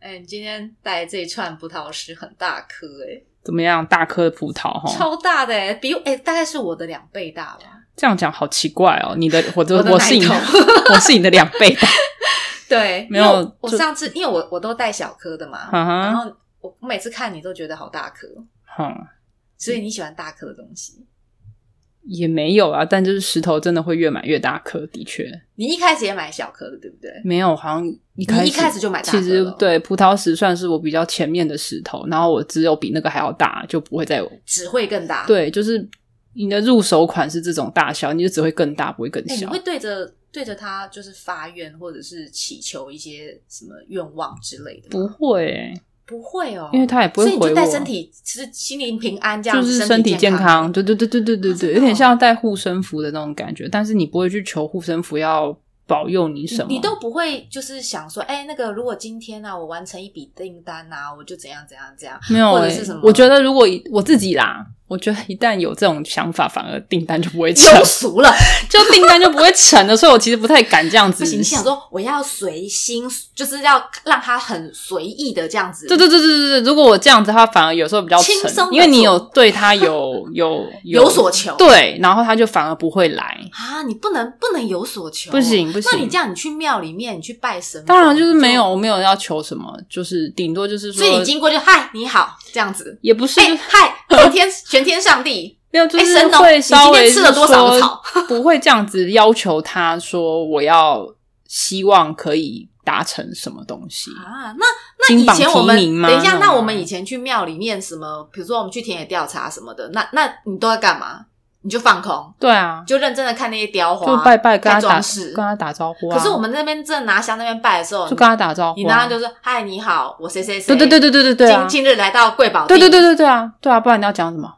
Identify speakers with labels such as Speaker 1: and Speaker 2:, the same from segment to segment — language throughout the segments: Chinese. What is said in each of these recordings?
Speaker 1: 哎你今天带这一串葡萄石很大颗哎、
Speaker 2: 怎么样？大颗的葡萄哈，
Speaker 1: 超大的哎、比哎、大概是我的两倍大吧。
Speaker 2: 这样讲好奇怪哦。 你的我的
Speaker 1: 我的
Speaker 2: 我是你
Speaker 1: 奶
Speaker 2: 的，
Speaker 1: 头
Speaker 2: 我是你的两倍大。
Speaker 1: 对，
Speaker 2: 没有
Speaker 1: 因为我我
Speaker 2: 就
Speaker 1: 上次因为我我都带小颗的嘛，
Speaker 2: 嗯
Speaker 1: 然
Speaker 2: 哼，
Speaker 1: 后我我每次看你都觉得好大颗，
Speaker 2: 哼，
Speaker 1: 所以你喜欢大颗的东西。
Speaker 2: 也没有啊，但就是石头真的会越买越大颗，的确
Speaker 1: 你一开始也买小颗的，对不对？
Speaker 2: 没有，好像一开始
Speaker 1: 你一开始就买大颗
Speaker 2: 其
Speaker 1: 了
Speaker 2: 实对葡萄石算是我比较前面的石头，然后我只有比那个还要大，就不会再有。
Speaker 1: 只会更大。，
Speaker 2: 对，就是你的入手款是这种大小，你就只会更大，不会更
Speaker 1: 哎、你
Speaker 2: 小。
Speaker 1: 会对着对着它就是发愿，或者是祈求一些什么愿望之类的
Speaker 2: 不
Speaker 1: 吗？
Speaker 2: 会欸、
Speaker 1: 不会哦，
Speaker 2: 因为它也不会
Speaker 1: 所以你
Speaker 2: 回
Speaker 1: 就
Speaker 2: 我啊
Speaker 1: 带。身体是心灵平安这样
Speaker 2: 就
Speaker 1: 子，
Speaker 2: 是
Speaker 1: 身
Speaker 2: 体
Speaker 1: 健
Speaker 2: 健康，。对对对对对对
Speaker 1: 啊真
Speaker 2: 对，
Speaker 1: 的
Speaker 2: 有点
Speaker 1: 哦
Speaker 2: 像带护身符的那种感觉，但是你不会去求护身符要保佑你什么，
Speaker 1: 你你都不会就是想说，哎、那个如果今天呢、啊，我完成一笔订单啊，我就怎样怎样怎 样。
Speaker 2: 没有、
Speaker 1: 或者
Speaker 2: 欸
Speaker 1: 是什么
Speaker 2: 我觉得如果以我自己啦，我觉得一旦有这种想法，反而订单就不会成，
Speaker 1: 庸俗了，
Speaker 2: 就订单就不会成了。所以我其实不太敢这样子。
Speaker 1: 不行！你想说我要随心，就是要让它很随意的这样子。
Speaker 2: 对对对对对对，如果我这样子的话，反而有时候比较
Speaker 1: 轻松
Speaker 2: 沉，
Speaker 1: 地
Speaker 2: 因为你
Speaker 1: 做
Speaker 2: 有对 他有有
Speaker 1: 有所求
Speaker 2: 对，然后他就反而不会来。
Speaker 1: 啊，你不能不能有所求，
Speaker 2: 不行不行
Speaker 1: 那你这样，你去庙里面，你去拜神，
Speaker 2: 当然就是没有，我没有要求什么，就是顶多就是
Speaker 1: 所以
Speaker 2: 说
Speaker 1: 你，经过就嗨，你好这样子，
Speaker 2: 也不是
Speaker 1: 哎、 嗨，全天全天上帝，
Speaker 2: 没有，就
Speaker 1: 哎
Speaker 2: 是
Speaker 1: 神农
Speaker 2: 会
Speaker 1: 你今天
Speaker 2: 稍微
Speaker 1: 吃了
Speaker 2: 是
Speaker 1: 多少
Speaker 2: 说
Speaker 1: 草
Speaker 2: 不会这样子要求他说我要希望可以达成什么东西。
Speaker 1: 啊，那那
Speaker 2: 金
Speaker 1: 以
Speaker 2: 榜
Speaker 1: 前我们
Speaker 2: 题名吗
Speaker 1: 等一下，
Speaker 2: 那种
Speaker 1: 那
Speaker 2: 吗
Speaker 1: 我们以前去庙里面什么，比如说我们去田野调查什么的，那那你都在干嘛？你就放空，
Speaker 2: 对啊，
Speaker 1: 就认真的看那些雕花，
Speaker 2: 就拜拜，跟他
Speaker 1: 看
Speaker 2: 打
Speaker 1: 装饰
Speaker 2: 跟。他打招呼啊。
Speaker 1: 可是我们那边正拿香那边拜的时候，
Speaker 2: 就跟他打招呼、啊，
Speaker 1: 你当然就是嗨，你好，我谁谁谁，
Speaker 2: 对对对对对对对啊，
Speaker 1: 今今日来到贵宝地，
Speaker 2: 对对对对对啊，对啊，不然你要讲什么？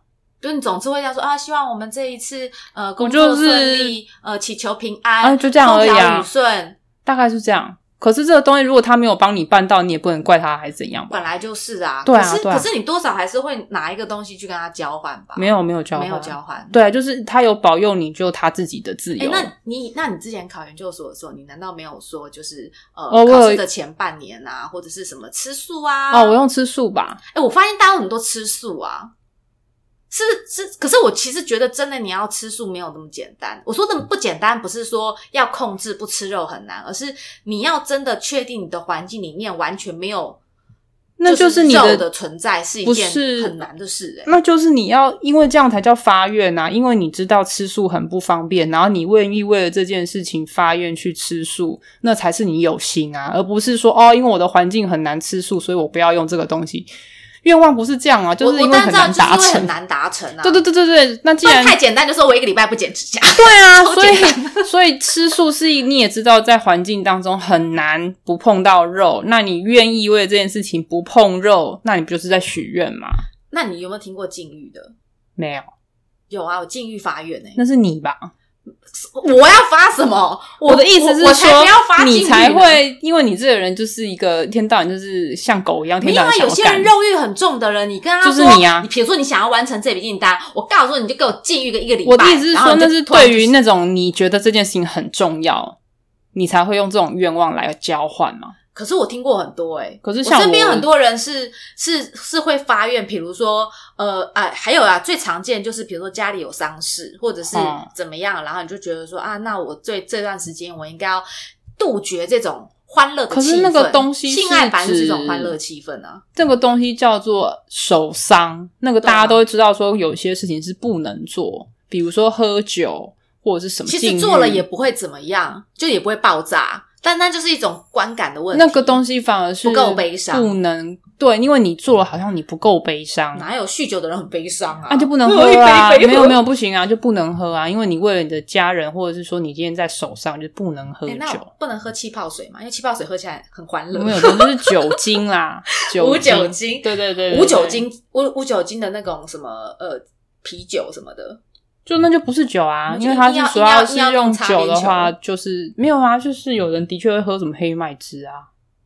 Speaker 1: 就你总是会这样说啊，希望我们这一次呃工
Speaker 2: 就
Speaker 1: 作
Speaker 2: 是
Speaker 1: 顺利，呃祈求平
Speaker 2: 啊，
Speaker 1: 安，
Speaker 2: 就这样而已
Speaker 1: 风调
Speaker 2: 啊
Speaker 1: 雨，顺，
Speaker 2: 大概是这样。可是这个东西，如果他没有帮你办到，你也不能怪他还是怎样吧？
Speaker 1: 本来就是啊。
Speaker 2: 对啊
Speaker 1: 可是
Speaker 2: 对啊
Speaker 1: 可是你多少还是会拿一个东西去跟他交换吧？
Speaker 2: 没有没有交换，
Speaker 1: 没有交换。
Speaker 2: 对，啊就是他有保佑你，就他自己的自
Speaker 1: 哎、
Speaker 2: 由。
Speaker 1: 那你那你之前考研究所的时候，你难道没有说就是呃、
Speaker 2: 哦我有
Speaker 1: 考试的前半年啊，或者是什么吃素啊？
Speaker 2: 哦，我用吃素吧，
Speaker 1: 哎、我发现大家有很多吃素啊，是是，可是我其实觉得真的你要吃素没有那么简单。我说的不简单，不是说要控制不吃肉很难，而是你要真的确定你的环境里面完全没有，
Speaker 2: 那
Speaker 1: 就
Speaker 2: 就是你
Speaker 1: 肉
Speaker 2: 的
Speaker 1: 的存在是一
Speaker 2: 不
Speaker 1: 件
Speaker 2: 是
Speaker 1: 很难的事、欸。
Speaker 2: 那就是你要因为这样才叫发愿呐、因为你知道吃素很不方便，然后你愿意为了这件事情发愿去吃素，那才是你有心啊，而不是说哦，因为我的环境很难吃素，所以我不要用这个东西。愿望不是这样啊，就是
Speaker 1: 我
Speaker 2: 因
Speaker 1: 我
Speaker 2: 为
Speaker 1: 当然
Speaker 2: 很
Speaker 1: 知道，
Speaker 2: 难
Speaker 1: 就是
Speaker 2: 达
Speaker 1: 因为
Speaker 2: 成
Speaker 1: 很。难达成啊。
Speaker 2: 对对对对对，那既
Speaker 1: 不然
Speaker 2: 然
Speaker 1: 太简单，就说我一个礼拜不剪指甲，
Speaker 2: 对啊，
Speaker 1: 超
Speaker 2: 所以
Speaker 1: 简
Speaker 2: 所以吃素是你也知道，在环境当中很难不碰到肉，那你愿意为了这件事情不碰肉，那你不就是在许愿吗？
Speaker 1: 那你有没有听过禁欲的？
Speaker 2: 没有，
Speaker 1: 有啊，有禁欲发愿呢、
Speaker 2: 那是你吧？
Speaker 1: 我要发什么？
Speaker 2: 我的意思
Speaker 1: 我
Speaker 2: 是
Speaker 1: 我才
Speaker 2: 说
Speaker 1: 不要发，禁欲
Speaker 2: 你
Speaker 1: 呢
Speaker 2: 才会，因为你这个人就是一个一天到晚就是像狗一样，
Speaker 1: 没
Speaker 2: 天
Speaker 1: 有
Speaker 2: 到
Speaker 1: 啊
Speaker 2: 晚，想
Speaker 1: 有
Speaker 2: 要
Speaker 1: 些人
Speaker 2: 干。
Speaker 1: 肉欲很重的人，你跟他
Speaker 2: 就是
Speaker 1: 说
Speaker 2: 你啊
Speaker 1: 比如说你想要完成这笔订单，我告诉你，你就给我禁欲个一个礼拜。
Speaker 2: 我的意思是
Speaker 1: 然后
Speaker 2: 说，
Speaker 1: 你就
Speaker 2: 那是
Speaker 1: 突然
Speaker 2: 对
Speaker 1: 就
Speaker 2: 于
Speaker 1: 是
Speaker 2: 那种你觉得这件事情很重要，你才会用这种愿望来交换嘛。
Speaker 1: 可是我听过很多哎、
Speaker 2: 可是像
Speaker 1: 身边
Speaker 2: 我
Speaker 1: 很多人是是是会发愿，比如说呃啊，还有啊，最常见就是比如说家里有丧事或者是
Speaker 2: 嗯
Speaker 1: 怎么样，然后你就觉得说啊，那我这这段时间我应该要杜绝这种欢乐的气氛。
Speaker 2: 可是那个东西
Speaker 1: 性爱本来就是
Speaker 2: 指
Speaker 1: 一种欢乐气氛啊。，
Speaker 2: 这个东西叫做手伤，那个
Speaker 1: 对
Speaker 2: 大
Speaker 1: 啊
Speaker 2: 家都会知道，说有些事情是不能做，比如说喝酒或者是什么
Speaker 1: 其
Speaker 2: 禁欲。
Speaker 1: 实做了也不会怎么样，就也不会爆炸，但那就是一种观感的问题。
Speaker 2: 那个东西反而是
Speaker 1: 不够悲伤
Speaker 2: 不能对，因为你做了好像你不够悲伤，
Speaker 1: 哪有酗酒的人很悲伤啊？
Speaker 2: 那、就不能
Speaker 1: 我一
Speaker 2: 喝啊！
Speaker 1: 杯一杯
Speaker 2: 没有没有，不行啊，就不能喝啊！因为你为了你的家人，或者是说你今天在手上，就不能喝
Speaker 1: 哎那
Speaker 2: 酒
Speaker 1: 我。不能喝气泡水嘛，因为气泡水喝起来很欢乐。
Speaker 2: 没 有，就是酒精啦，酒
Speaker 1: 无
Speaker 2: 精
Speaker 1: 酒精
Speaker 2: 对对对对
Speaker 1: 无酒，精、无无酒精的那种什么呃啤酒什么的，
Speaker 2: 对就那就不是酒啊，
Speaker 1: 那就
Speaker 2: 因为它是
Speaker 1: 硬要
Speaker 2: 主
Speaker 1: 硬要
Speaker 2: 是
Speaker 1: 硬要
Speaker 2: 用
Speaker 1: 弄擦
Speaker 2: 酒的
Speaker 1: 边球
Speaker 2: 话，就是没有啊，就是有人的确会喝什么黑麦汁啊，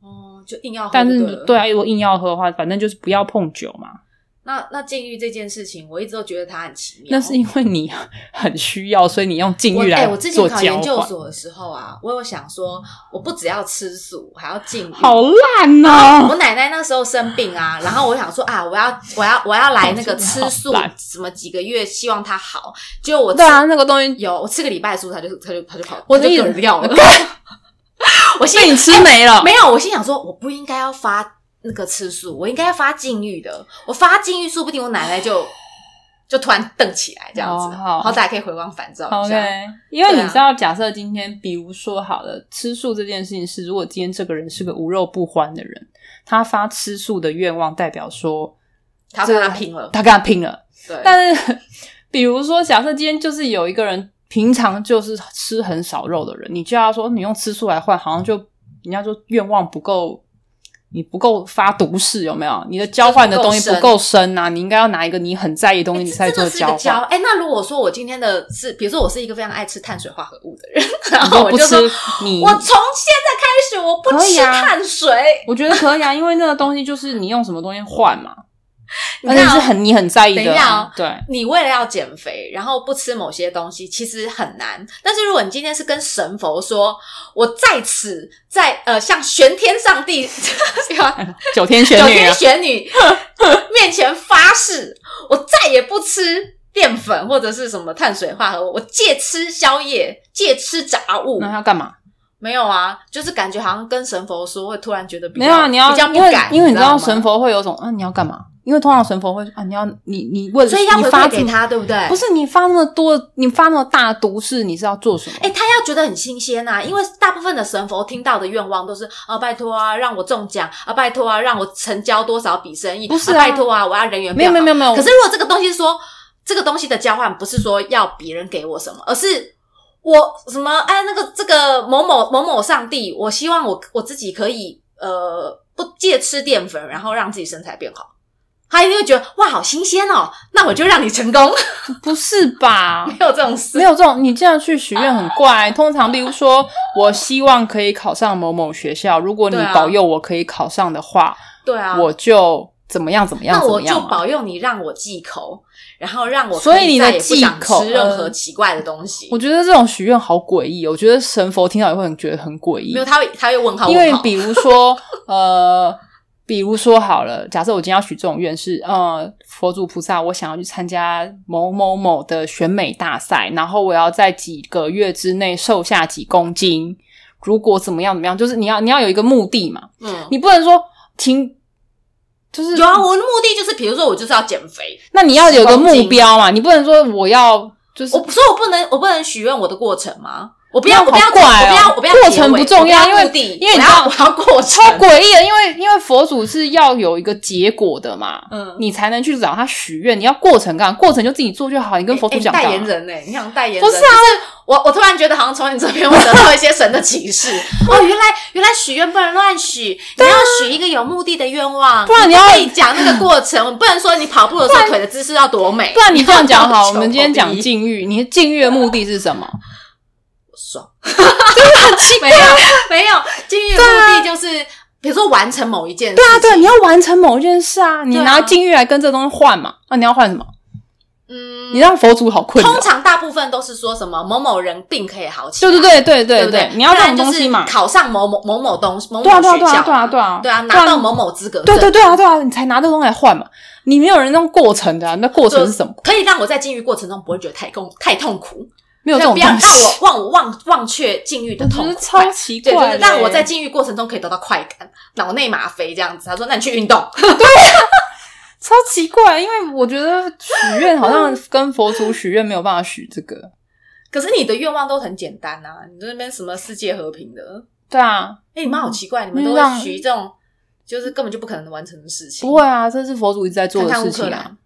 Speaker 1: 哦，就硬要喝就
Speaker 2: 但
Speaker 1: 对
Speaker 2: 是
Speaker 1: 了。
Speaker 2: 对啊，如果硬要喝的话，反正就是不要碰酒嘛。
Speaker 1: 那那禁欲这件事情，我一直都觉得它很奇妙。
Speaker 2: 那是因为你很需要，所以你用禁
Speaker 1: 我
Speaker 2: 欲
Speaker 1: 哎、
Speaker 2: 来
Speaker 1: 我之前
Speaker 2: 做
Speaker 1: 考
Speaker 2: 交
Speaker 1: 研究
Speaker 2: 换，
Speaker 1: 所的时候啊，我有想说，我不只要吃素，我还要禁欲。
Speaker 2: 好 烂哦、
Speaker 1: 我奶奶那时候生病 啊，然后我想说啊，我要我要我要来那个
Speaker 2: 好
Speaker 1: 吃素
Speaker 2: 好烂，
Speaker 1: 什么几个月，希望她好。结果我吃
Speaker 2: 对啊，那个东西
Speaker 1: 有我吃个礼拜素，她就她就她就跑，
Speaker 2: 我
Speaker 1: 她就
Speaker 2: 的意思
Speaker 1: 嗝掉了。我心
Speaker 2: 被你吃没了。
Speaker 1: 没有，我心想说，我不应该要发那个次数，我应该要发禁欲的。我发禁欲，说不定我奶奶就就突然瞪起来这样子，
Speaker 2: 哦好
Speaker 1: 好歹可以回光返照一下。
Speaker 2: OK，因为
Speaker 1: 对啊
Speaker 2: 你知道，假设今天，比如说好了，吃素这件事情是，如果今天这个人是个无肉不欢的人，他发吃素的愿望，代表说
Speaker 1: 他跟他拼了，
Speaker 2: 他跟他拼了。
Speaker 1: 对，
Speaker 2: 但是，比如说，假设今天就是有一个人平常就是吃很少肉的人，你叫他说嗯你用吃素来换，好像就人家说愿望不够。你不够发毒誓有没有？你的交换的东西
Speaker 1: 就是
Speaker 2: 不
Speaker 1: 不够
Speaker 2: 够深啊！你应该要拿一个你很在意的东西，
Speaker 1: 欸
Speaker 2: 你
Speaker 1: 这
Speaker 2: 才
Speaker 1: 真
Speaker 2: 做
Speaker 1: 的是一
Speaker 2: 交
Speaker 1: 个交
Speaker 2: 换。
Speaker 1: 哎、那如果说我今天的是，比如说我是一个非常爱吃碳水化合物的人，然
Speaker 2: 你
Speaker 1: 后
Speaker 2: 都
Speaker 1: 我
Speaker 2: 不
Speaker 1: 就
Speaker 2: 吃
Speaker 1: 说，
Speaker 2: 你
Speaker 1: 我从现在开始我不
Speaker 2: 可以
Speaker 1: 吃
Speaker 2: 啊
Speaker 1: 碳水，
Speaker 2: 我觉得可以啊，因为那个东西就是你用什么东西 换嘛，
Speaker 1: 你
Speaker 2: 而
Speaker 1: 知
Speaker 2: 且
Speaker 1: 道
Speaker 2: 是很你很在意
Speaker 1: 等
Speaker 2: 的
Speaker 1: 一下哦
Speaker 2: 啊，对，
Speaker 1: 你为了要减肥，然后不吃某些东西，其实很难。但是如果你今天是跟神佛说，我在此在呃向玄天上帝、 九
Speaker 2: 九天玄女
Speaker 1: 天
Speaker 2: 啊，
Speaker 1: 玄女面前发誓，我再也不吃淀粉或者是什么碳水化合物，我戒吃宵夜，戒吃杂物。
Speaker 2: 那要干嘛？
Speaker 1: 没有啊，就是感觉好像跟神佛说，会突然觉得比较
Speaker 2: 没有啊，你要
Speaker 1: 比较不
Speaker 2: 因为
Speaker 1: 敢，
Speaker 2: 因为
Speaker 1: 你
Speaker 2: 你知道
Speaker 1: 吗
Speaker 2: 神，佛会有种啊，你要干嘛？因为通常神佛会啊，你要你你为了
Speaker 1: 所以要
Speaker 2: 你
Speaker 1: 回
Speaker 2: 发
Speaker 1: 馈
Speaker 2: 这
Speaker 1: 给他，对不对？
Speaker 2: 不是你发那么多，你发那么大的毒誓，你是要做什么？
Speaker 1: 哎、他要觉得很新鲜
Speaker 2: 嗯
Speaker 1: 呐、因为大部分的神佛听到的愿望都是啊，拜托啊，让我中奖啊，拜托啊，让我成交多少笔生意，
Speaker 2: 不是啊
Speaker 1: 啊拜托啊，我要人缘
Speaker 2: 没有没有没
Speaker 1: 有。
Speaker 2: 有没有，
Speaker 1: 可是如果这个东西是说这个东西的交换不是说要别人给我什么，而是我什么哎那个这个某某某某上帝，我希望我我自己可以呃不戒吃淀粉，然后让自己身材变好。他一定会觉得哇，好新鲜哦！那我就让你成功，
Speaker 2: 不是吧？
Speaker 1: 没有这种事
Speaker 2: 没。有这种，你这样去许愿很怪、通常，比如说，我希望可以考上某某学校，如果你
Speaker 1: 对啊
Speaker 2: 保佑我可以考上的话，
Speaker 1: 对啊，
Speaker 2: 我就怎么样怎么样
Speaker 1: 那
Speaker 2: 怎
Speaker 1: 我
Speaker 2: 么
Speaker 1: 就
Speaker 2: 样嘛。
Speaker 1: 保佑你，让我忌口，然后让我
Speaker 2: 所以
Speaker 1: 可
Speaker 2: 你的
Speaker 1: 再也不想
Speaker 2: 忌口
Speaker 1: 吃任何
Speaker 2: 呃
Speaker 1: 奇怪的东西。
Speaker 2: 我觉得这种许愿好诡异哦，我觉得神佛听到也会很觉得很诡异
Speaker 1: 没有，，他会他会问号
Speaker 2: 因
Speaker 1: 问
Speaker 2: 为
Speaker 1: 号，
Speaker 2: 比如说 呃，比如说好了，假设我今天要许这种愿是呃，佛祖菩萨，我想要去参加某某某的选美大赛，然后我要在几个月之内瘦下几公斤，如果怎么样怎么样，就是你要你要有一个目的嘛，
Speaker 1: 嗯，
Speaker 2: 你不能说停，就是
Speaker 1: 有啊，我的目的就是，比如说我就是要减肥，
Speaker 2: 那你要有个
Speaker 1: 10公斤
Speaker 2: 目标嘛，你不能说我要就是
Speaker 1: 我所以我不能我不能许愿我的过程吗？我不要
Speaker 2: 那
Speaker 1: 我不要
Speaker 2: 好怪哦
Speaker 1: 我不要我不要
Speaker 2: 过
Speaker 1: 结
Speaker 2: 程
Speaker 1: 尾
Speaker 2: 不重
Speaker 1: 我
Speaker 2: 要
Speaker 1: 要
Speaker 2: 因为
Speaker 1: 目的
Speaker 2: 因为
Speaker 1: 我
Speaker 2: 你知
Speaker 1: 要
Speaker 2: 道
Speaker 1: 我要过程
Speaker 2: 超，诡异的，因为因为佛祖是要有一个结果的嘛，
Speaker 1: 嗯，
Speaker 2: 你才能去找他许愿。你要过程干嘛，过程就自己做就好，你跟佛祖
Speaker 1: 欸
Speaker 2: 讲、啊
Speaker 1: 代言，人呢、你想代言人
Speaker 2: 不是啊
Speaker 1: 就是我我突然觉得好像从你这 边我得到一些神的启示 哦，原来原来许愿不能乱许，你要许一个有目的的愿望，
Speaker 2: 啊不然你要
Speaker 1: 可以讲那个过 程，你不能说你跑步的时候腿的姿势要多美，
Speaker 2: 不然你这样讲 好，我们今天
Speaker 1: 求
Speaker 2: 讲
Speaker 1: 第一
Speaker 2: 禁欲，你禁欲的目的是什么？
Speaker 1: 爽，
Speaker 2: 啊
Speaker 1: 没有没有，禁欲的目的就是比如说完成某一件事，
Speaker 2: 对啊，对，你要完成某一件事啊，你
Speaker 1: 对啊
Speaker 2: 拿禁欲来跟这东西换嘛，啊，你要换什么？
Speaker 1: 嗯
Speaker 2: 你，让佛祖好困扰
Speaker 1: 通。常大部分都是说什么某某人病可以好起
Speaker 2: 对
Speaker 1: 来，
Speaker 2: 对对对
Speaker 1: 对
Speaker 2: 对
Speaker 1: 不
Speaker 2: 对
Speaker 1: 对，，
Speaker 2: 你要
Speaker 1: 不
Speaker 2: 这
Speaker 1: 然
Speaker 2: 种
Speaker 1: 就
Speaker 2: 东
Speaker 1: 是
Speaker 2: 西嘛，
Speaker 1: 考上某某某某东西某某
Speaker 2: 对啊对啊
Speaker 1: 学
Speaker 2: 对
Speaker 1: 校
Speaker 2: 啊对啊对啊，
Speaker 1: 对啊，
Speaker 2: 不然
Speaker 1: 拿到某某资格证，
Speaker 2: 对对对啊对啊，你才拿这东西来换嘛，你没有人用过程的啊，那过程是什么？
Speaker 1: 可以让我在禁欲过程中不会觉得太痛太痛苦，
Speaker 2: 没有
Speaker 1: 对，
Speaker 2: 这种
Speaker 1: 不要
Speaker 2: 东
Speaker 1: 让
Speaker 2: 西，
Speaker 1: 我忘我忘忘却禁欲的
Speaker 2: 我觉
Speaker 1: 痛
Speaker 2: 得
Speaker 1: 苦
Speaker 2: 超
Speaker 1: 快。
Speaker 2: 奇
Speaker 1: 对，
Speaker 2: 怪
Speaker 1: 就
Speaker 2: 的欸，
Speaker 1: 是让我在禁欲过程中可以得到快感，脑内吗啡这样子。他说：“那你去运动。
Speaker 2: 超奇怪，因为我觉得许愿好像
Speaker 1: 嗯
Speaker 2: 跟佛祖许愿没有办法许这 个。”
Speaker 1: 可是你的愿望都很简单啊，你在那边什么世界和平的？
Speaker 2: 对啊，
Speaker 1: 哎、你们好奇怪，你们都
Speaker 2: 嗯让
Speaker 1: 会许这种就是根本就不可能完成的事情。
Speaker 2: 不会啊，这是佛祖一直在做
Speaker 1: 看
Speaker 2: 的
Speaker 1: 看
Speaker 2: 事
Speaker 1: 乌
Speaker 2: 情
Speaker 1: 克
Speaker 2: 啊
Speaker 1: 兰。，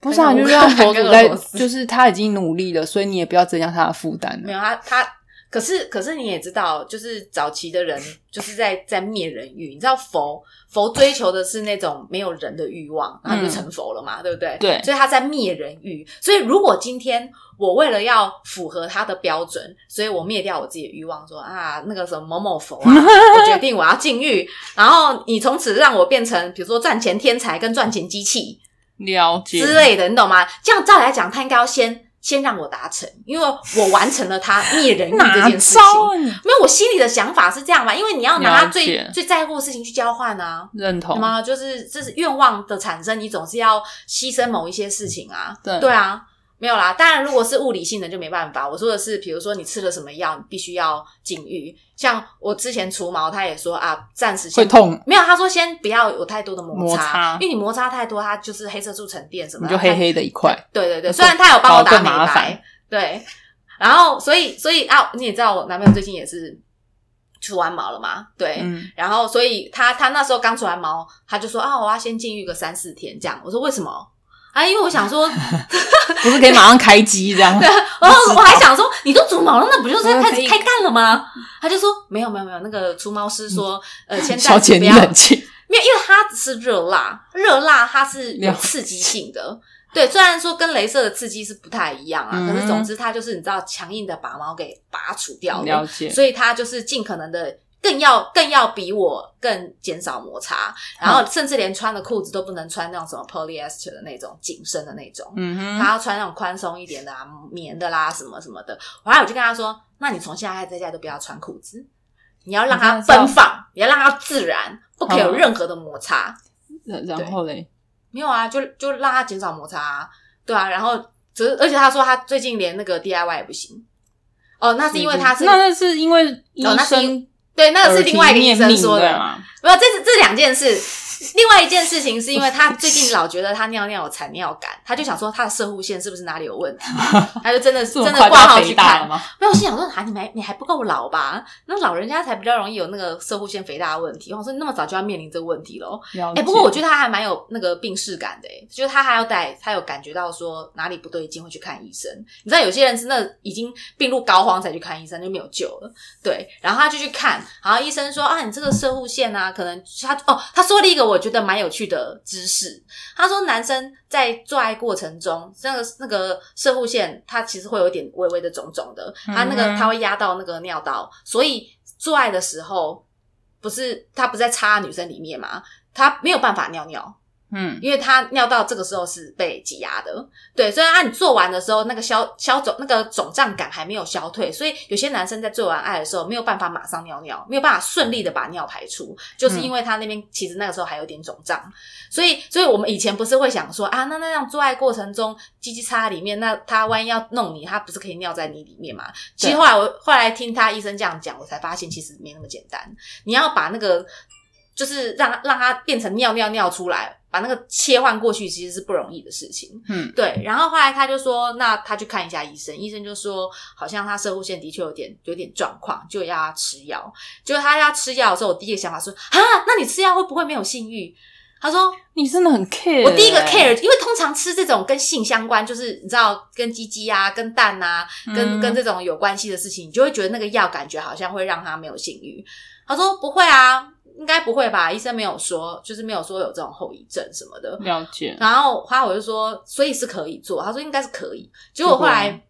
Speaker 2: 不是啊，
Speaker 1: 看看
Speaker 2: 你
Speaker 1: 乌
Speaker 2: 就
Speaker 1: 克
Speaker 2: 让
Speaker 1: 兰
Speaker 2: 佛祖
Speaker 1: 跟
Speaker 2: 在
Speaker 1: 俄罗，斯
Speaker 2: 就是他已经努力了，所以你也不要增加他的负担
Speaker 1: 没
Speaker 2: 了。
Speaker 1: 有他他，可是可是你也知道，就是早期的人就是在在灭人欲，你知道佛佛追求的是那种没有人的欲望，然后就成佛了嘛，对不对？
Speaker 2: 嗯对
Speaker 1: 所以他在灭人欲。所以如果今天我为了要符合他的标准，所以我灭掉我自己的欲望，说啊那个什么某某佛 啊，我决定我要禁欲，然后你从此让我变成比如说赚钱天才跟赚钱机器。
Speaker 2: 了解
Speaker 1: 之类的，你懂吗？这样照理来讲，他应该要先先让我达成，因为我完成了他灭人意这
Speaker 2: 哪
Speaker 1: 件事
Speaker 2: 招
Speaker 1: 情。
Speaker 2: 啊你？
Speaker 1: 没有，我心里的想法是这样嘛，因为你要拿他
Speaker 2: 了
Speaker 1: 最
Speaker 2: 解
Speaker 1: 最在乎的事情去交换啊，
Speaker 2: 认
Speaker 1: 懂
Speaker 2: 同
Speaker 1: 吗？就是这是愿望的产生，你总是要牺牲某一些事情啊。
Speaker 2: 对
Speaker 1: 啊，没有啦。当然，如果是物理性的就没办法。我说的是，比如说你吃了什么药，你必须要禁欲。像我之前除毛，他也说啊，暂时先
Speaker 2: 会痛，
Speaker 1: 没有，他说先不要有太多的摩
Speaker 2: 摩擦
Speaker 1: 因为你摩擦太多，它就是黑色素沉淀什么
Speaker 2: 你
Speaker 1: 的，
Speaker 2: 就黑黑的一块。
Speaker 1: 对对对，虽然他有帮我打
Speaker 2: 搞得
Speaker 1: 美
Speaker 2: 更麻
Speaker 1: 白
Speaker 2: 烦，
Speaker 1: 对，然后所以所以啊，你也知道我男朋友最近也是除完毛了嘛，对，
Speaker 2: 嗯，
Speaker 1: 然后所以他他那时候刚除完毛，他就说啊，我要先禁欲个三四天这样。我说为什么？啊，因为我想 说，
Speaker 2: 不是可以马上开机这样？
Speaker 1: 然后
Speaker 2: 不
Speaker 1: 我
Speaker 2: 知道
Speaker 1: 还想说，你都除毛了，那不就是
Speaker 2: 我要
Speaker 1: 开
Speaker 2: 可
Speaker 1: 始
Speaker 2: 以
Speaker 1: 开干了吗？他就说没有没有没有，那个除毛师说，呃，先
Speaker 2: 小
Speaker 1: 暂
Speaker 2: 姐
Speaker 1: 时不
Speaker 2: 嗯你
Speaker 1: 要，
Speaker 2: 冷静，
Speaker 1: 没有，因为它是热辣，热辣它是有
Speaker 2: 了解
Speaker 1: 刺激性的。对，虽然说跟镭射的刺激是不太一样啊，可是
Speaker 2: 嗯
Speaker 1: 总之它就是你知道强硬的把毛给拔除掉
Speaker 2: 了解
Speaker 1: 所以它就是尽可能的更要更要比我更减少摩擦，然后甚至连穿的裤子都不能穿那种什么 polyester 的那种紧身的那种，
Speaker 2: 嗯哼，
Speaker 1: 他要穿那种宽松一点的啊，棉的啦，什么什么的。然后我就跟他说：“那你从现在开始在家都不要穿裤子，你要让它
Speaker 2: 你哦这样
Speaker 1: 奔
Speaker 2: 子
Speaker 1: 放，你要让它自然，不可以有
Speaker 2: 嗯
Speaker 1: 任何的摩擦。
Speaker 2: 然然后嘞，
Speaker 1: 没有啊，就就让它减少摩擦、啊，对啊。然后只是，而且他说他最近连那个 DIY 也不行。哦，那是因为他是哦
Speaker 2: 那那是因为医
Speaker 1: 那是
Speaker 2: 生
Speaker 1: 因对，那个是另外一个医
Speaker 2: 耳
Speaker 1: 生
Speaker 2: 提面
Speaker 1: 说
Speaker 2: 命啊
Speaker 1: 的。
Speaker 2: 嘛？
Speaker 1: 没有，这是这两件事。另外一件事情是因为他最近老觉得他尿尿有残尿感，他就想说他的射护线是不是哪里有问 题，他就真的
Speaker 2: 这
Speaker 1: 真
Speaker 2: 么
Speaker 1: 的
Speaker 2: 快就
Speaker 1: 挂
Speaker 2: 要
Speaker 1: 号
Speaker 2: 肥
Speaker 1: 去
Speaker 2: 大了
Speaker 1: 看。
Speaker 2: 吗？
Speaker 1: 没有，我心想说啊，你们还你还不够老吧？那老人家才比较容易有那个射护线肥大的问题。我说你那么早就要面临这个问题喽。
Speaker 2: 了
Speaker 1: 哎、
Speaker 2: 解。
Speaker 1: 不过我觉得他还蛮有那个病视感的、欸，就是他还要带，他有感觉到说哪里不对劲会去看医生。你知道有些人是那已经病入膏肓才去看医生就没有救了，对。然后他就去看，然后医生说啊，你这个射护线啊，可能他哦，他说了一个我觉得蛮有趣的知识，他说男生在做爱过程中，那个那个射护线它其实会有一点微微的肿肿的，它那个
Speaker 2: 嗯
Speaker 1: 它会压到那个尿道，所以做爱的时候不是它不在插女生里面嘛，它没有办法尿尿，
Speaker 2: 嗯，
Speaker 1: 因为它尿道这个时候是被挤压的，对，所以啊，你做完的时候，那个消消肿那个肿胀感还没有消退，所以有些男生在做完爱的时候没有办法马上尿尿，没有办法顺利的把尿排出，就是因为他那边其实那个时候还有点肿胀，所以所以我们以前不是会想说啊，那那样做爱过程中鸡鸡插在里面，那他万一要弄你，他不是可以尿在你里面吗？其实后来我后来听他医生这样讲，我才发现其实没那么简单。你要把那个就是让它让它变成尿尿尿出来，把那个切换过去，其实是不容易的事情。
Speaker 2: 嗯，
Speaker 1: 对。然后后来他就说，那他去看一下医生，医生就说好像他射护腺的确有点有点状况，就要他吃药。就他要吃药的时候，我第一个想法说啊，那你吃药会不会没有性欲？他说
Speaker 2: 你真的很 care 欸。
Speaker 1: 我第一个 care，因为通常吃这种跟性相关，就是你知道跟鸡鸡啊、跟蛋啊、跟、
Speaker 2: 嗯
Speaker 1: 跟这种有关系的事情，你就会觉得那个药感觉好像会让他没有性欲。他说不会啊，应该不会吧？医生没有说，就是没有说有这种后遗症什么的。
Speaker 2: 了解，
Speaker 1: 然后后来我就说，所以是可以做。他说应该是可以。结果后
Speaker 2: 结果
Speaker 1: 来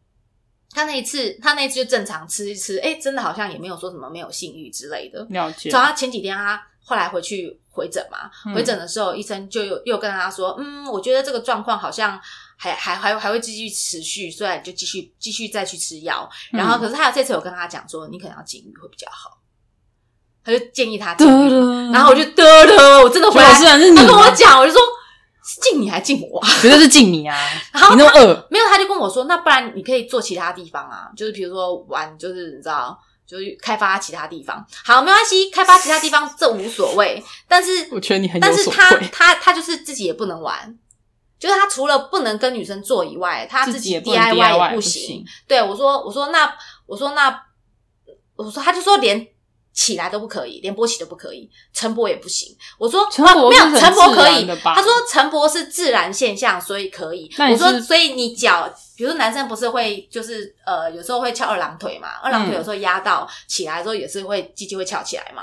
Speaker 1: 他那一次，他那一次就正常吃一吃，哎，真的好像也没有说什么没有性欲之类的。
Speaker 2: 了解
Speaker 1: 所以。他前几天他后来回去回诊嘛，
Speaker 2: 嗯
Speaker 1: 回诊的时候医生就又又跟他说，嗯，我觉得这个状况好像还还还还会继续持续，所以你就继续继续再去吃药。
Speaker 2: 嗯
Speaker 1: 然后可是他有这次有跟他讲说，你可能要禁欲会比较好，他就建议他禁欲。
Speaker 2: 得
Speaker 1: 然后我就得了，我真的
Speaker 2: 结
Speaker 1: 回
Speaker 2: 果
Speaker 1: 来，
Speaker 2: 竟然是你
Speaker 1: 他跟我
Speaker 2: 啊，
Speaker 1: 讲，我就说是禁你还禁我啊？
Speaker 2: 绝对是敬你啊！
Speaker 1: 然后
Speaker 2: 你那么饿，
Speaker 1: 没有，他就跟我说，那不然你可以做其他地方啊，就是比如说玩，就是你知道，就是开发其他地方。好，没关系，开发其他地方这无所谓，但是
Speaker 2: 我觉得你很有
Speaker 1: 但是
Speaker 2: 所
Speaker 1: 他
Speaker 2: 谓，
Speaker 1: 他他就是自己也不能玩，就是他除了不能跟女生做以外，他
Speaker 2: 自己
Speaker 1: 己
Speaker 2: 也不能 DIY
Speaker 1: 也
Speaker 2: 不
Speaker 1: 行
Speaker 2: 行。。
Speaker 1: 对我说，我说那我说那我说他就说连。起来都不可以，连勃起都不可以，晨勃也不行。我说
Speaker 2: 晨
Speaker 1: 啊
Speaker 2: 勃
Speaker 1: 没有
Speaker 2: 是很
Speaker 1: 晨勃
Speaker 2: 自
Speaker 1: 可
Speaker 2: 然
Speaker 1: 以
Speaker 2: 的，吧
Speaker 1: 他说晨勃是自然现象，所以可以。
Speaker 2: 那你
Speaker 1: 我说
Speaker 2: 是
Speaker 1: 所以你脚，比如说男生不是会就是呃有时候会翘二郎腿嘛，二郎
Speaker 2: 嗯
Speaker 1: 腿有时候压到起来的时候也是会鸡鸡会翘起来嘛。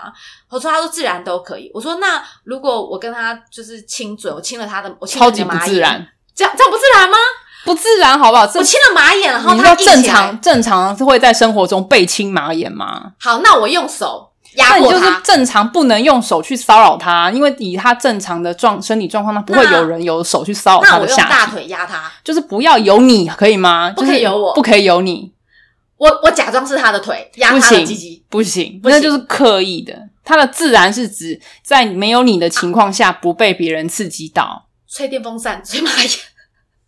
Speaker 1: 我说他说自然都可以。我说那如果我跟他就是亲嘴，我亲了他的，我亲了
Speaker 2: 超
Speaker 1: 你
Speaker 2: 级
Speaker 1: 的
Speaker 2: 不
Speaker 1: 马
Speaker 2: 自
Speaker 1: 眼，
Speaker 2: 然，
Speaker 1: 这样这样不自然吗？
Speaker 2: 不自然，好不好？
Speaker 1: 我
Speaker 2: 这
Speaker 1: 亲了马眼，然后
Speaker 2: 你知
Speaker 1: 他
Speaker 2: 道
Speaker 1: 硬起来
Speaker 2: 正常正常是会在生活中被亲马眼吗？
Speaker 1: 好，那我用手，压
Speaker 2: 那你
Speaker 1: 过
Speaker 2: 就是
Speaker 1: 他。
Speaker 2: 正常不能用手去骚扰他，因为以他正常的状身体状况，他不会
Speaker 1: 那
Speaker 2: 有人有手去骚扰
Speaker 1: 那
Speaker 2: 他
Speaker 1: 我
Speaker 2: 的
Speaker 1: 用
Speaker 2: 下
Speaker 1: 大
Speaker 2: 体。
Speaker 1: 腿压他，
Speaker 2: 就是不要有你，可以吗？
Speaker 1: 不可以
Speaker 2: 就是
Speaker 1: 有我
Speaker 2: 不可以有你，
Speaker 1: 我我假装是他的腿，压
Speaker 2: 不
Speaker 1: 他的
Speaker 2: 行
Speaker 1: 鸡鸡。
Speaker 2: 不行，
Speaker 1: 不行
Speaker 2: 那就是刻意的。他的自然是指在没有你的情况下不被别人刺激 到，
Speaker 1: 吹电风扇，吹马眼，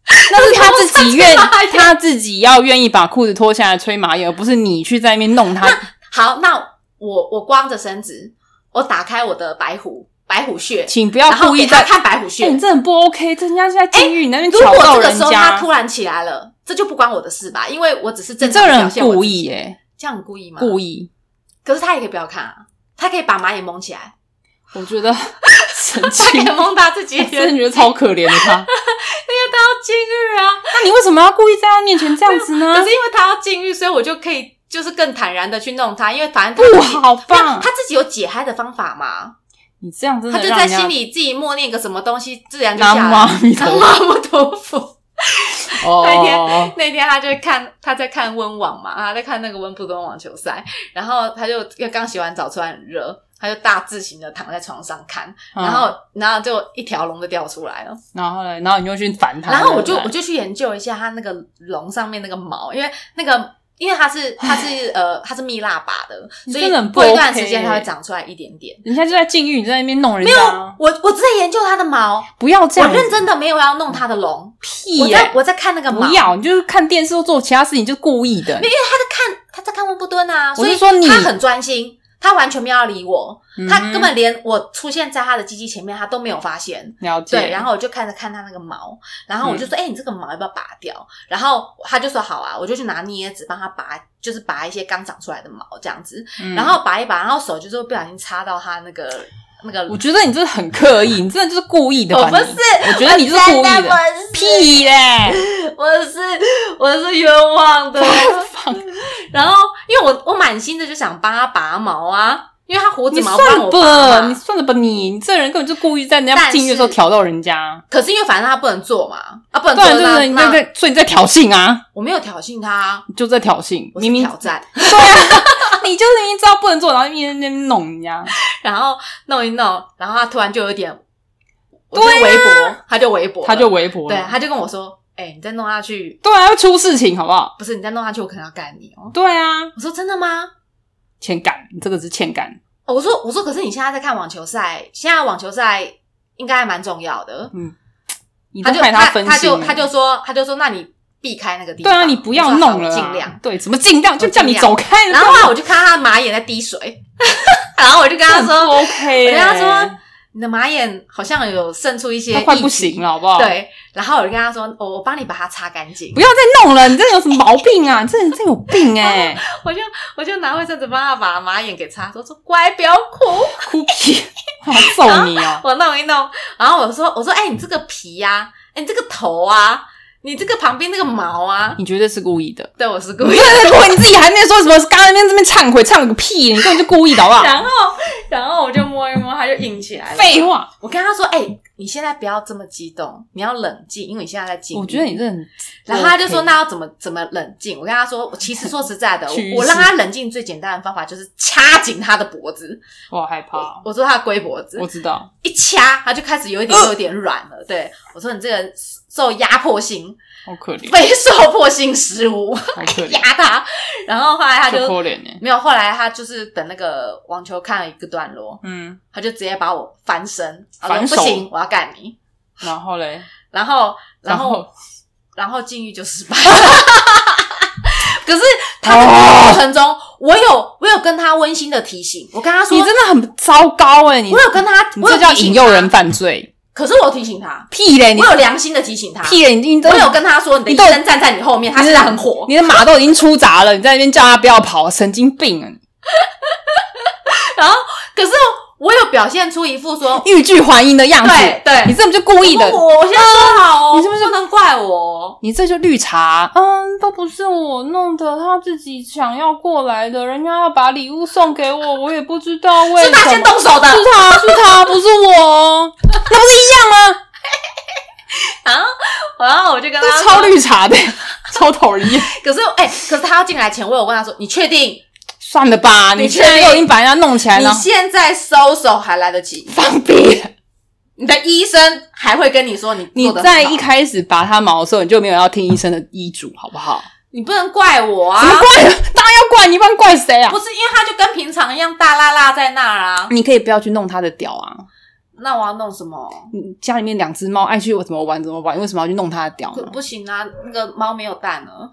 Speaker 2: 那是他自己愿
Speaker 1: 我差点
Speaker 2: 他自己要愿意把裤子脱下来吹麻油，而不是你去在那边弄他。
Speaker 1: 好，那我我光着身子，我打开我的白虎白虎穴，
Speaker 2: 请不要
Speaker 1: 然后
Speaker 2: 故意
Speaker 1: 给他
Speaker 2: 在
Speaker 1: 看白虎穴。
Speaker 2: 哎你这很不 OK，这人家是在监狱，你那边
Speaker 1: 如
Speaker 2: 挑
Speaker 1: 果
Speaker 2: 逗
Speaker 1: 这个
Speaker 2: 人
Speaker 1: 时候他
Speaker 2: 家，
Speaker 1: 突然起来了，这就不关我的事吧？因为我只是
Speaker 2: 你
Speaker 1: 正
Speaker 2: 这
Speaker 1: 常
Speaker 2: 个人
Speaker 1: 表现
Speaker 2: 很
Speaker 1: 我
Speaker 2: 故
Speaker 1: 自
Speaker 2: 意
Speaker 1: 己
Speaker 2: 耶、
Speaker 1: 这样故意吗？
Speaker 2: 故。意，
Speaker 1: 可是他也可以不要看啊，他可以把马眼蒙起来，
Speaker 2: 我 觉得神
Speaker 1: 他可以
Speaker 2: 经，
Speaker 1: 蒙到自己
Speaker 2: 我
Speaker 1: 也
Speaker 2: 真
Speaker 1: 觉得
Speaker 2: 的觉得超可怜的他。
Speaker 1: 监狱啊。
Speaker 2: 那你为什么要故意在他面前这样子呢
Speaker 1: 可？是因为他要禁欲，所以我就可以就是更坦然的去弄他，因为反正他
Speaker 2: 不
Speaker 1: 自己
Speaker 2: 好
Speaker 1: 没有
Speaker 2: 吧？
Speaker 1: 他自己有解嗨的方法嘛，
Speaker 2: 你这样真
Speaker 1: 他
Speaker 2: 的
Speaker 1: 就
Speaker 2: 让
Speaker 1: 在
Speaker 2: 人家
Speaker 1: 心里自己默念个什么东西，自然就
Speaker 2: 南
Speaker 1: 下来
Speaker 2: 无
Speaker 1: 了。
Speaker 2: 阿弥陀
Speaker 1: 嗯南无
Speaker 2: 佛。
Speaker 1: 阿弥陀佛。那一天
Speaker 2: 哦，
Speaker 1: 那天他就看他在看温网嘛，他在看那个温布顿网球赛，然后他就因为刚洗完澡出来很热，他就大字型的躺在床上看，
Speaker 2: 嗯
Speaker 1: 然后然后就一条龙就掉出来了。
Speaker 2: 然后嘞，然后你就去烦他，
Speaker 1: 然后我就
Speaker 2: 对不
Speaker 1: 我就
Speaker 2: 对
Speaker 1: 去研究一下它那个笼上面那个毛，因为那个因为它是它是呃它是蜜蜡拔的，
Speaker 2: 你
Speaker 1: 所
Speaker 2: 真的很
Speaker 1: 以
Speaker 2: 不
Speaker 1: 过一段
Speaker 2: OK
Speaker 1: 时间它
Speaker 2: 欸
Speaker 1: 会长出来一点点。
Speaker 2: 人家就在禁欲，你在那边弄人家，
Speaker 1: 我我只在研究它的毛，
Speaker 2: 不要这
Speaker 1: 我
Speaker 2: 样，嗯
Speaker 1: 认真的没有要弄它的笼，
Speaker 2: 屁
Speaker 1: 我在
Speaker 2: 耶，
Speaker 1: 我在看那个毛，
Speaker 2: 不要，你就是看电视或做其他事情就故意的，
Speaker 1: 看他在看温布顿啊，
Speaker 2: 我
Speaker 1: 所
Speaker 2: 是
Speaker 1: 以
Speaker 2: 说你
Speaker 1: 他很专心，他完全没有要理我，
Speaker 2: 嗯
Speaker 1: 他根本连我出现在他的鸡鸡前面，他都没有发现。
Speaker 2: 了解，
Speaker 1: 对，然后我就看着看他那个毛，然
Speaker 2: 嗯
Speaker 1: 后我就说：“哎、你这个毛要不要拔掉？”然后他就说：“好啊。”我就去拿镊子帮他拔，就是拔一些刚长出来的毛这样子，
Speaker 2: 嗯
Speaker 1: 然。后拔一拔，然后手就是不小心插到他那个那个，
Speaker 2: 我觉得你这是很刻意，你真的就是故意的吧？
Speaker 1: 我不
Speaker 2: 你
Speaker 1: 是
Speaker 2: 我觉得你就是故意
Speaker 1: 真
Speaker 2: 的，
Speaker 1: 不是
Speaker 2: 屁嘞！
Speaker 1: 我是我是冤枉的。
Speaker 2: 放
Speaker 1: 然后因为我我满心的就想帮他拔毛啊，因为他胡子
Speaker 2: 你
Speaker 1: 毛帮
Speaker 2: 算
Speaker 1: 我
Speaker 2: 吧，
Speaker 1: 拔
Speaker 2: 你
Speaker 1: 嘛。
Speaker 2: 算了吧，你你这人根本就故意在人家
Speaker 1: 但
Speaker 2: 禁欲的时候
Speaker 1: 是
Speaker 2: 挑逗人家，
Speaker 1: 可是因为反正他不能做嘛，啊不能
Speaker 2: 不
Speaker 1: 做
Speaker 2: 然就
Speaker 1: 那
Speaker 2: 是你在
Speaker 1: 那
Speaker 2: 在，所以你在挑衅啊，
Speaker 1: 我没有挑衅他啊，
Speaker 2: 就在挑衅，
Speaker 1: 我是
Speaker 2: 明明
Speaker 1: 挑战。
Speaker 2: 对啊，你就是明明知道不能做，然后一直在那边弄人家。
Speaker 1: 然后弄一弄，然后他突然就有点，我就
Speaker 2: 对啊
Speaker 1: 微博，他就微博了，
Speaker 2: 他就微博了。
Speaker 1: 对，他就跟我说：“哎、你再弄下去，
Speaker 2: 对啊，要出事情好不好？
Speaker 1: 不是你再弄下去，我可能要干你哦。
Speaker 2: 对啊”，
Speaker 1: 我说：“真的吗？”
Speaker 2: 欠感，你这个是欠感。
Speaker 1: 哦我说：“我说，可是你现在在看网球赛，现在网球赛应该还蛮重要的。
Speaker 2: 你
Speaker 1: 他
Speaker 2: 都
Speaker 1: 就
Speaker 2: 害
Speaker 1: 他
Speaker 2: 分
Speaker 1: 他
Speaker 2: 心
Speaker 1: 就
Speaker 2: 了。
Speaker 1: 他就说他就说，那你避开那个地
Speaker 2: 对
Speaker 1: 方，
Speaker 2: 啊，你不要弄
Speaker 1: 我
Speaker 2: 了啊，
Speaker 1: 说好我尽量。
Speaker 2: 对，怎么尽量就叫你
Speaker 1: 尽量
Speaker 2: 走开。
Speaker 1: 然后后来我就看他马眼在滴水， 然后我就跟他
Speaker 2: 他
Speaker 1: 说：“
Speaker 2: 说 OK，
Speaker 1: 我跟他
Speaker 2: 欸
Speaker 1: 说你的马眼好像有渗出一些，
Speaker 2: 他快不行
Speaker 1: 了。”
Speaker 2: 了，好不好？，
Speaker 1: 对，然后我就跟他说：“哦、我帮你把它擦干净
Speaker 2: 哦不。要再弄了，你这有什么毛病啊？你这人真有 病哎，”
Speaker 1: 我就我就拿卫生纸帮他把马眼给擦，说说乖，不要哭，
Speaker 2: 哭 屁，我要揍你哦！
Speaker 1: 我弄一弄。然后我说我说哎、你这个皮呀、哎、你这个头啊，你这个旁边那个毛啊，
Speaker 2: 你绝对是故意的。
Speaker 1: 对我是故意
Speaker 2: 对
Speaker 1: 的。
Speaker 2: 对对，你自己还没有说什么，刚刚那边这边忏悔，忏悔个屁！你根本就故意的，好不好？
Speaker 1: 然后然后我就摸一摸，它就硬起来了。
Speaker 2: 废，话，
Speaker 1: 我跟他说哎、你现在不要这么激动，你要冷静，因为你现在在进。
Speaker 2: 我觉得你这 很……
Speaker 1: 然后他就说：“
Speaker 2: 那。
Speaker 1: 那要怎么怎么冷静？”我跟他说：“我其实说实在的，
Speaker 2: 趋势
Speaker 1: 我我让他冷静最简单的方法就是掐紧他的脖子。
Speaker 2: 我好害怕
Speaker 1: 我
Speaker 2: 哦，
Speaker 1: 我说他的龟脖子
Speaker 2: 我，知呃道，
Speaker 1: 一掐他就开始有一点有点软了。对我说：“你这个受压迫性，
Speaker 2: 好可怜，
Speaker 1: 非受迫性失误，
Speaker 2: 好可 怜，
Speaker 1: 压他。”然后后来他
Speaker 2: 好
Speaker 1: 就
Speaker 2: 可怜呢。
Speaker 1: 没有，后来他就是等那个网球看了一个段落，
Speaker 2: 嗯，
Speaker 1: 他就直接把我翻身，他说
Speaker 2: 反手
Speaker 1: 不行，我要干你。
Speaker 2: 然后嘞，
Speaker 1: 然后，然
Speaker 2: 然
Speaker 1: 后，
Speaker 2: 后
Speaker 1: 然后禁欲就失败 了。可是他在这个过程中，我有我有跟他温馨的提醒，我跟他说，
Speaker 2: 你真的很糟糕哎，你
Speaker 1: 我有跟他，
Speaker 2: 你
Speaker 1: 我有
Speaker 2: 这叫
Speaker 1: 提醒
Speaker 2: 引诱
Speaker 1: 他
Speaker 2: 人，犯罪，
Speaker 1: 可是我有提醒他，
Speaker 2: 屁嘞，你
Speaker 1: 我有良心的提醒他，
Speaker 2: 屁嘞，你你都
Speaker 1: 我有跟他说，你的
Speaker 2: 你
Speaker 1: 医
Speaker 2: 都
Speaker 1: 生站在你后面，他现在很火，
Speaker 2: 你的马都已经出闸了，你在那边叫他不要跑，神经病啊！
Speaker 1: 然后可是我有表现出一副说，
Speaker 2: 欲拒还迎的样子，
Speaker 1: 对对
Speaker 2: 你这不就故意的？
Speaker 1: 我我先说好哦，
Speaker 2: 你是不是
Speaker 1: 不能怪我哦？
Speaker 2: 你这就绿茶，
Speaker 1: 啊
Speaker 2: 嗯，都不是我弄的，他自己想要过来的，人家要把礼物送给我，我也不知道为
Speaker 1: 是他先动手的，
Speaker 2: 是他，是他，不是 我，哦那不是一样吗？
Speaker 1: 然后然后我就跟他
Speaker 2: 这
Speaker 1: 说
Speaker 2: 超绿茶的，超讨人厌。
Speaker 1: 可是哎、可是他要进来前，我有问他说：“你确定？
Speaker 2: 算了吧，
Speaker 1: 你
Speaker 2: 你
Speaker 1: 确
Speaker 2: 现
Speaker 1: 定
Speaker 2: 在又已经把人家弄起来
Speaker 1: 你
Speaker 2: 了，
Speaker 1: 现在搜手还来得及，
Speaker 2: 放屁！
Speaker 1: 你的医生还会跟你说你
Speaker 2: 你
Speaker 1: 做得很好
Speaker 2: 在一，开始拔他毛的时候，你就没有要听医生的医嘱，好不好？
Speaker 1: 你不能怪我
Speaker 2: 怎么
Speaker 1: 啊，
Speaker 2: 怪？当然要怪，你不然怪谁啊
Speaker 1: 不？是因为他就跟平常一样大拉拉在那儿啊，
Speaker 2: 你可以不要去弄他的屌啊！
Speaker 1: 那我要弄什么？
Speaker 2: 你家里面两只猫爱去怎么玩怎么玩，为什么要去弄它的屌
Speaker 1: 不
Speaker 2: 呢？
Speaker 1: 不行啊，那个猫没有蛋了，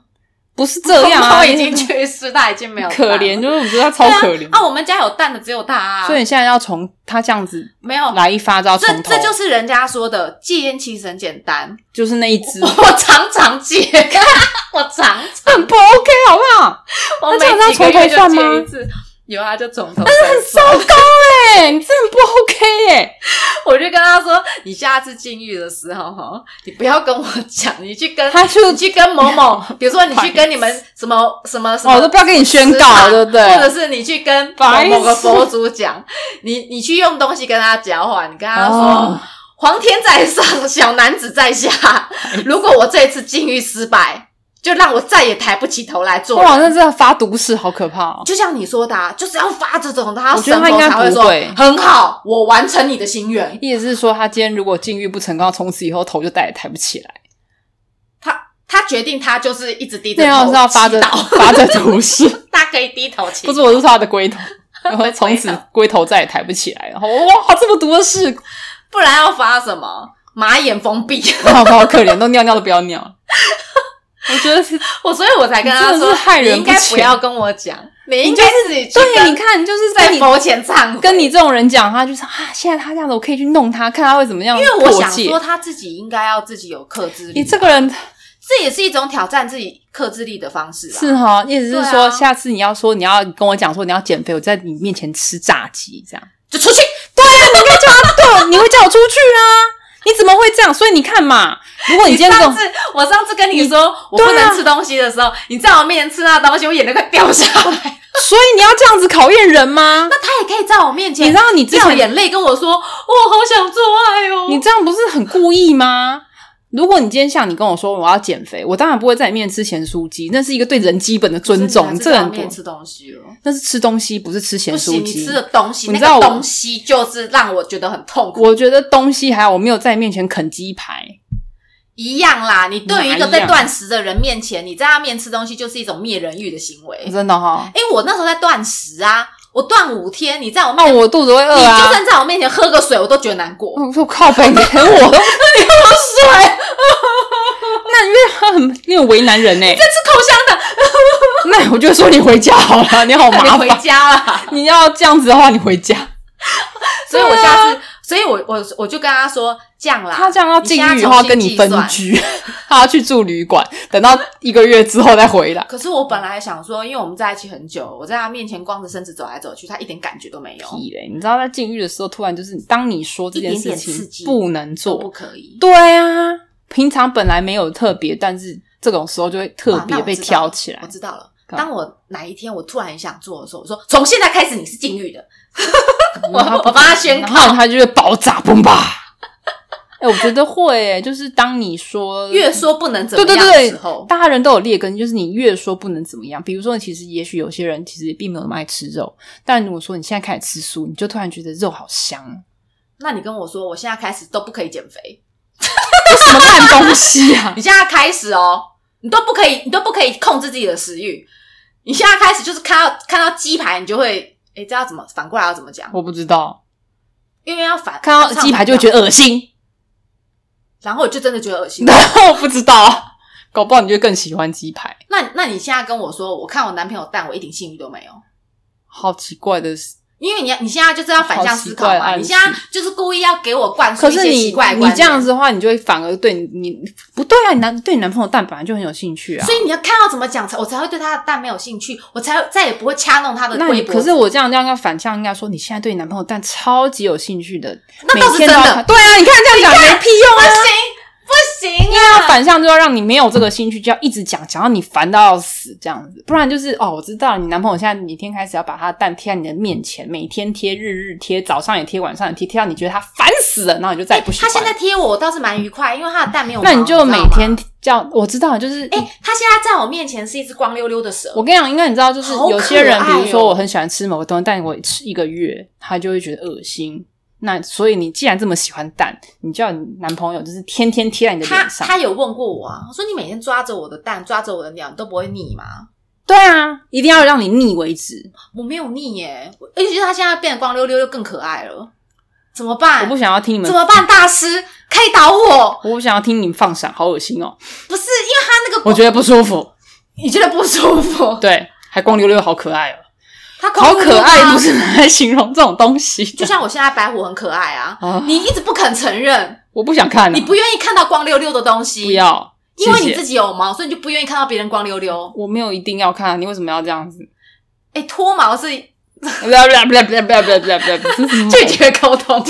Speaker 2: 不是这样啊，
Speaker 1: 猫已经去世，它已经没有蛋了
Speaker 2: 可怜，就是我觉得它超可怜
Speaker 1: 对。啊啊，我们家有蛋的只有它啊，
Speaker 2: 所以你现在要从它这样子
Speaker 1: 没有。
Speaker 2: 来一发，就要
Speaker 1: 哦这
Speaker 2: 从头，
Speaker 1: 这就是人家说的戒烟其实很简单，
Speaker 2: 就是那一只，
Speaker 1: 我常常戒， 我常常，
Speaker 2: 很不 OK 好不好？
Speaker 1: 我
Speaker 2: 那这样
Speaker 1: 每几个月
Speaker 2: 要从头算吗
Speaker 1: 就戒一次。有啊，就从头。但是很
Speaker 2: 糟糕
Speaker 1: 欸
Speaker 2: 哎、你真的很不 OK 哎、
Speaker 1: 我就跟他说，你下次禁欲的时候，哈，你不要跟我讲，你去跟
Speaker 2: 他就哦
Speaker 1: 你去跟某某， 比如说你去跟你们什么什么什么，
Speaker 2: 哦，都不要跟你宣告，对不对？
Speaker 1: 或者是你去跟某
Speaker 2: 白痴
Speaker 1: 某个佛祖讲，你你去用东西跟他交换，你跟他说。
Speaker 2: 哦
Speaker 1: 皇天在上，小男子在 下。如果我这一次禁欲失败，就让我再也抬不起头来做
Speaker 2: 哇，
Speaker 1: 人。
Speaker 2: 那真的发毒誓，好可怕哦！
Speaker 1: 就像你说的、啊，就是要发这种的，他
Speaker 2: 我觉得
Speaker 1: 神
Speaker 2: 他
Speaker 1: 佛
Speaker 2: 应该
Speaker 1: 才会说
Speaker 2: 不会
Speaker 1: 很好，我完成你的心愿。
Speaker 2: 意思是说，他今天如果禁欲不成功，从此以后头就再也抬不起来，
Speaker 1: 他他决定他就是一直低着
Speaker 2: 那要
Speaker 1: 头
Speaker 2: 啊是要发
Speaker 1: 祈
Speaker 2: 着
Speaker 1: 祷，
Speaker 2: 发着毒誓，
Speaker 1: 他可以低头祈
Speaker 2: 不
Speaker 1: 祷。
Speaker 2: 是我是说他的龟头， 然后从此龟头再也抬不起来了。哇，这么毒的事，
Speaker 1: 不然要发什么？马眼封闭。
Speaker 2: 好好可怜，都尿尿都不要尿了。我觉得是，
Speaker 1: 我所以我才跟他
Speaker 2: 你真
Speaker 1: 说，
Speaker 2: 的是害人
Speaker 1: 你应该
Speaker 2: 不
Speaker 1: 不
Speaker 2: 浅
Speaker 1: 要跟我讲，你应
Speaker 2: 你
Speaker 1: 该
Speaker 2: 就
Speaker 1: 自己去
Speaker 2: 对，
Speaker 1: 跟
Speaker 2: 你看，就是在
Speaker 1: 在
Speaker 2: 你
Speaker 1: 佛前忏悔。
Speaker 2: 跟你这种人讲，他就是啊，现在他这样子，我可以去弄他，看他会怎么样
Speaker 1: 因
Speaker 2: 破戒。
Speaker 1: 为我想说，他自己应该要自己有克制
Speaker 2: 你
Speaker 1: 力，
Speaker 2: 这个人
Speaker 1: 这也是一种挑战自己克制力的方式啦。
Speaker 2: 是哈、意思
Speaker 1: 对啊
Speaker 2: 是说，下次你要说你要跟我讲说你要减肥，我在你面前吃炸鸡这样。
Speaker 1: 就出去，
Speaker 2: 对啊，你应该叫他对，你会叫我出去啊？你怎么会这样？所以你看嘛，如果你今天跟
Speaker 1: 上
Speaker 2: 我
Speaker 1: 次我上次跟你说我不
Speaker 2: 对啊
Speaker 1: 能吃东西的时候，你在我面前吃那东西，我眼泪快掉下来。
Speaker 2: 所以你要这样子考验人吗？
Speaker 1: 那他也可以在我面
Speaker 2: 你
Speaker 1: 前
Speaker 2: 知道你之
Speaker 1: 掉
Speaker 2: 前
Speaker 1: 眼泪跟我说，我哦好想做爱哦。
Speaker 2: 你这样不是很故意吗？如果你今天像你跟我说我要减肥，我当然不会在你面前吃咸酥鸡，那是一个对人基本的尊重，这
Speaker 1: 这
Speaker 2: 很多
Speaker 1: 面。吃东西了。
Speaker 2: 那是吃东西，不是吃咸
Speaker 1: 不
Speaker 2: 酥
Speaker 1: 行，你
Speaker 2: 鸡
Speaker 1: 吃。的东西，
Speaker 2: 你
Speaker 1: 那
Speaker 2: 知道
Speaker 1: 个
Speaker 2: 我
Speaker 1: 东西就是让我觉得很痛苦。
Speaker 2: 我觉得东西还好，我没有在你面前啃鸡排。
Speaker 1: 一样啦，你对于一个
Speaker 2: 哪一
Speaker 1: 在
Speaker 2: 样
Speaker 1: 断食的人面前，你在他面吃东西，就是一种灭人欲的行为。
Speaker 2: 真的哈、
Speaker 1: 因为我那时候在断食啊，我断五天，你在我面
Speaker 2: 那
Speaker 1: 前，
Speaker 2: 哦我肚子会饿
Speaker 1: 你就
Speaker 2: 啊！
Speaker 1: 算在我面前喝个水，我都觉得难过。
Speaker 2: 我说靠 北，你给我
Speaker 1: 水，
Speaker 2: 那因为他很你很为难人呢、
Speaker 1: 吃口香糖，
Speaker 2: 那我就说你回家好 了，你好
Speaker 1: 你
Speaker 2: 麻
Speaker 1: 回
Speaker 2: 烦。
Speaker 1: 家 啦。
Speaker 2: 你要这样子的话，你回家。
Speaker 1: 所
Speaker 2: 啊
Speaker 1: 以我下次，所以我我我就跟他说这样啦，
Speaker 2: 他这样要禁欲的话，跟你分
Speaker 1: 你现在重新
Speaker 2: 居， 他要去住旅馆，等到一个月之后再回来。
Speaker 1: 可是我本来想说，因为我们在一起很久，我在他面前光着身子走来走去，他一点感觉都 没有，
Speaker 2: 屁嘞！你知道，在禁欲的时候，突然就是当你说这件事
Speaker 1: 一点点刺激
Speaker 2: 情不能
Speaker 1: 都不
Speaker 2: 做，
Speaker 1: 可以。
Speaker 2: 对啊，平常本来没有特别，但是这种时候就会特
Speaker 1: 啊那
Speaker 2: 别
Speaker 1: 我
Speaker 2: 被
Speaker 1: 知道
Speaker 2: 挑
Speaker 1: 了
Speaker 2: 起来
Speaker 1: 我。知道了。
Speaker 2: 干
Speaker 1: 当我哪一天我突然很想做的时候，我说从现在开始你是禁欲的，
Speaker 2: 然
Speaker 1: 我
Speaker 2: 后他不
Speaker 1: 我帮他宣告
Speaker 2: 然后他就会爆炸，崩吧！ 哎、我觉得会、欸，就是当你说
Speaker 1: 越说不能怎
Speaker 2: 对
Speaker 1: 么
Speaker 2: 嗯对
Speaker 1: 样的
Speaker 2: 对
Speaker 1: 时候，
Speaker 2: 大家人都有劣根，就是你越说不能怎么样。比如说，其实也许有些人其实并没有那么爱吃肉，但如果说你现在开始吃素，你就突然觉得肉好香哦，
Speaker 1: 那你跟我说我现在开始都不可以减肥，
Speaker 2: 这什么烂东西啊！
Speaker 1: 你现在开始哦，你都不可以，你都不可以控制自己的食欲，你现在开始就是看到看到鸡排你就会，诶，这要怎么反过来要怎么讲？
Speaker 2: 我不知道，
Speaker 1: 因为要反
Speaker 2: 看到鸡排就会觉
Speaker 1: 得，
Speaker 2: 得恶 心，
Speaker 1: 然后我就真的觉得恶心。
Speaker 2: 然后不知道，搞不好你就更喜欢鸡排，
Speaker 1: 那那你现在跟我说，我看我男朋友蛋，我一点性欲都没有。
Speaker 2: 好奇怪的。
Speaker 1: 因为你要你现在就是要反向思考
Speaker 2: 好奇怪的
Speaker 1: 嘛，
Speaker 2: 暗示
Speaker 1: 你现在就是故意要给我灌输
Speaker 2: 可
Speaker 1: 啊一
Speaker 2: 是
Speaker 1: 些
Speaker 2: 你
Speaker 1: 奇怪的
Speaker 2: 你
Speaker 1: 观
Speaker 2: 这样
Speaker 1: 念
Speaker 2: 子，的话，你就会反而对你你不对啊！你男对你男朋友蛋本来就很有兴趣啊，
Speaker 1: 所以你要看到怎么讲才我才会对他的蛋没有兴趣，我才再也不会掐弄他的
Speaker 2: 那
Speaker 1: 啊微
Speaker 2: 你
Speaker 1: 博。
Speaker 2: 可是我这样这样要反向应该说，你现在对你男朋友但超级有兴趣的，
Speaker 1: 那
Speaker 2: 每
Speaker 1: 倒是
Speaker 2: 天
Speaker 1: 真
Speaker 2: 要
Speaker 1: 的
Speaker 2: 看对啊，你看这样讲没屁用
Speaker 1: 不
Speaker 2: 啊，
Speaker 1: 行啊不行
Speaker 2: 因为要反向就要让你没有这个兴趣，就要一直讲，讲到你烦到要死这样子，不然就是哦，我知道你男朋友现在每天开始要把他的蛋贴在你的面前，每天贴，日日贴，早上也贴，晚上也贴，贴到你觉得他烦死了，然后你就再也不喜
Speaker 1: 哎他
Speaker 2: 欢。
Speaker 1: 现在贴我，我倒是蛮愉快，因为他的蛋没有毛。
Speaker 2: 那你就
Speaker 1: 知
Speaker 2: 每
Speaker 1: 道吗
Speaker 2: 天叫我知道，就是
Speaker 1: 哎、它现在在我面前是一只光溜溜的蛇，
Speaker 2: 我跟你讲，应该你知道，就是
Speaker 1: 好可爱哦
Speaker 2: 有些人，比如说我很喜欢吃某个东西，但我吃一个月，他就会觉得恶心。那所以你既然这么喜欢蛋，你叫你男朋友就是天天贴在你的
Speaker 1: 他
Speaker 2: 脸上。
Speaker 1: 他有问过我啊，我说你每天抓着我的蛋，抓着我的鸟，你都不会腻吗？
Speaker 2: 对啊，一定要让你腻为止。
Speaker 1: 我没有腻耶、我而且它现在变得光溜溜又更可爱了，怎么办？
Speaker 2: 我不想要听你们
Speaker 1: 怎，么办，大师开导我？
Speaker 2: 我不想要听你们放闪，好恶心哦，
Speaker 1: 不是因为它那个
Speaker 2: 我觉得不舒服。
Speaker 1: 你觉得不舒服，
Speaker 2: 对，还光溜溜，好可爱哦，
Speaker 1: 它光
Speaker 2: 好
Speaker 1: 溜溜
Speaker 2: 可
Speaker 1: 啊
Speaker 2: 爱，不是拿来形容这种东西的
Speaker 1: 就像我现在白虎很可爱啊，
Speaker 2: 啊！
Speaker 1: 你一直不肯承认，
Speaker 2: 我不想看、啊，
Speaker 1: 你不愿意看到光溜溜的东西，
Speaker 2: 不，要，
Speaker 1: 因为
Speaker 2: 谢
Speaker 1: 你
Speaker 2: 谢
Speaker 1: 自己有毛，所以你就不愿意看到别人光溜溜。
Speaker 2: 我没有一定要看，你为什么要这样子？
Speaker 1: 哎、脱毛是
Speaker 2: 不要不要不要不要不要不要不要，这是什么
Speaker 1: 拒绝沟通，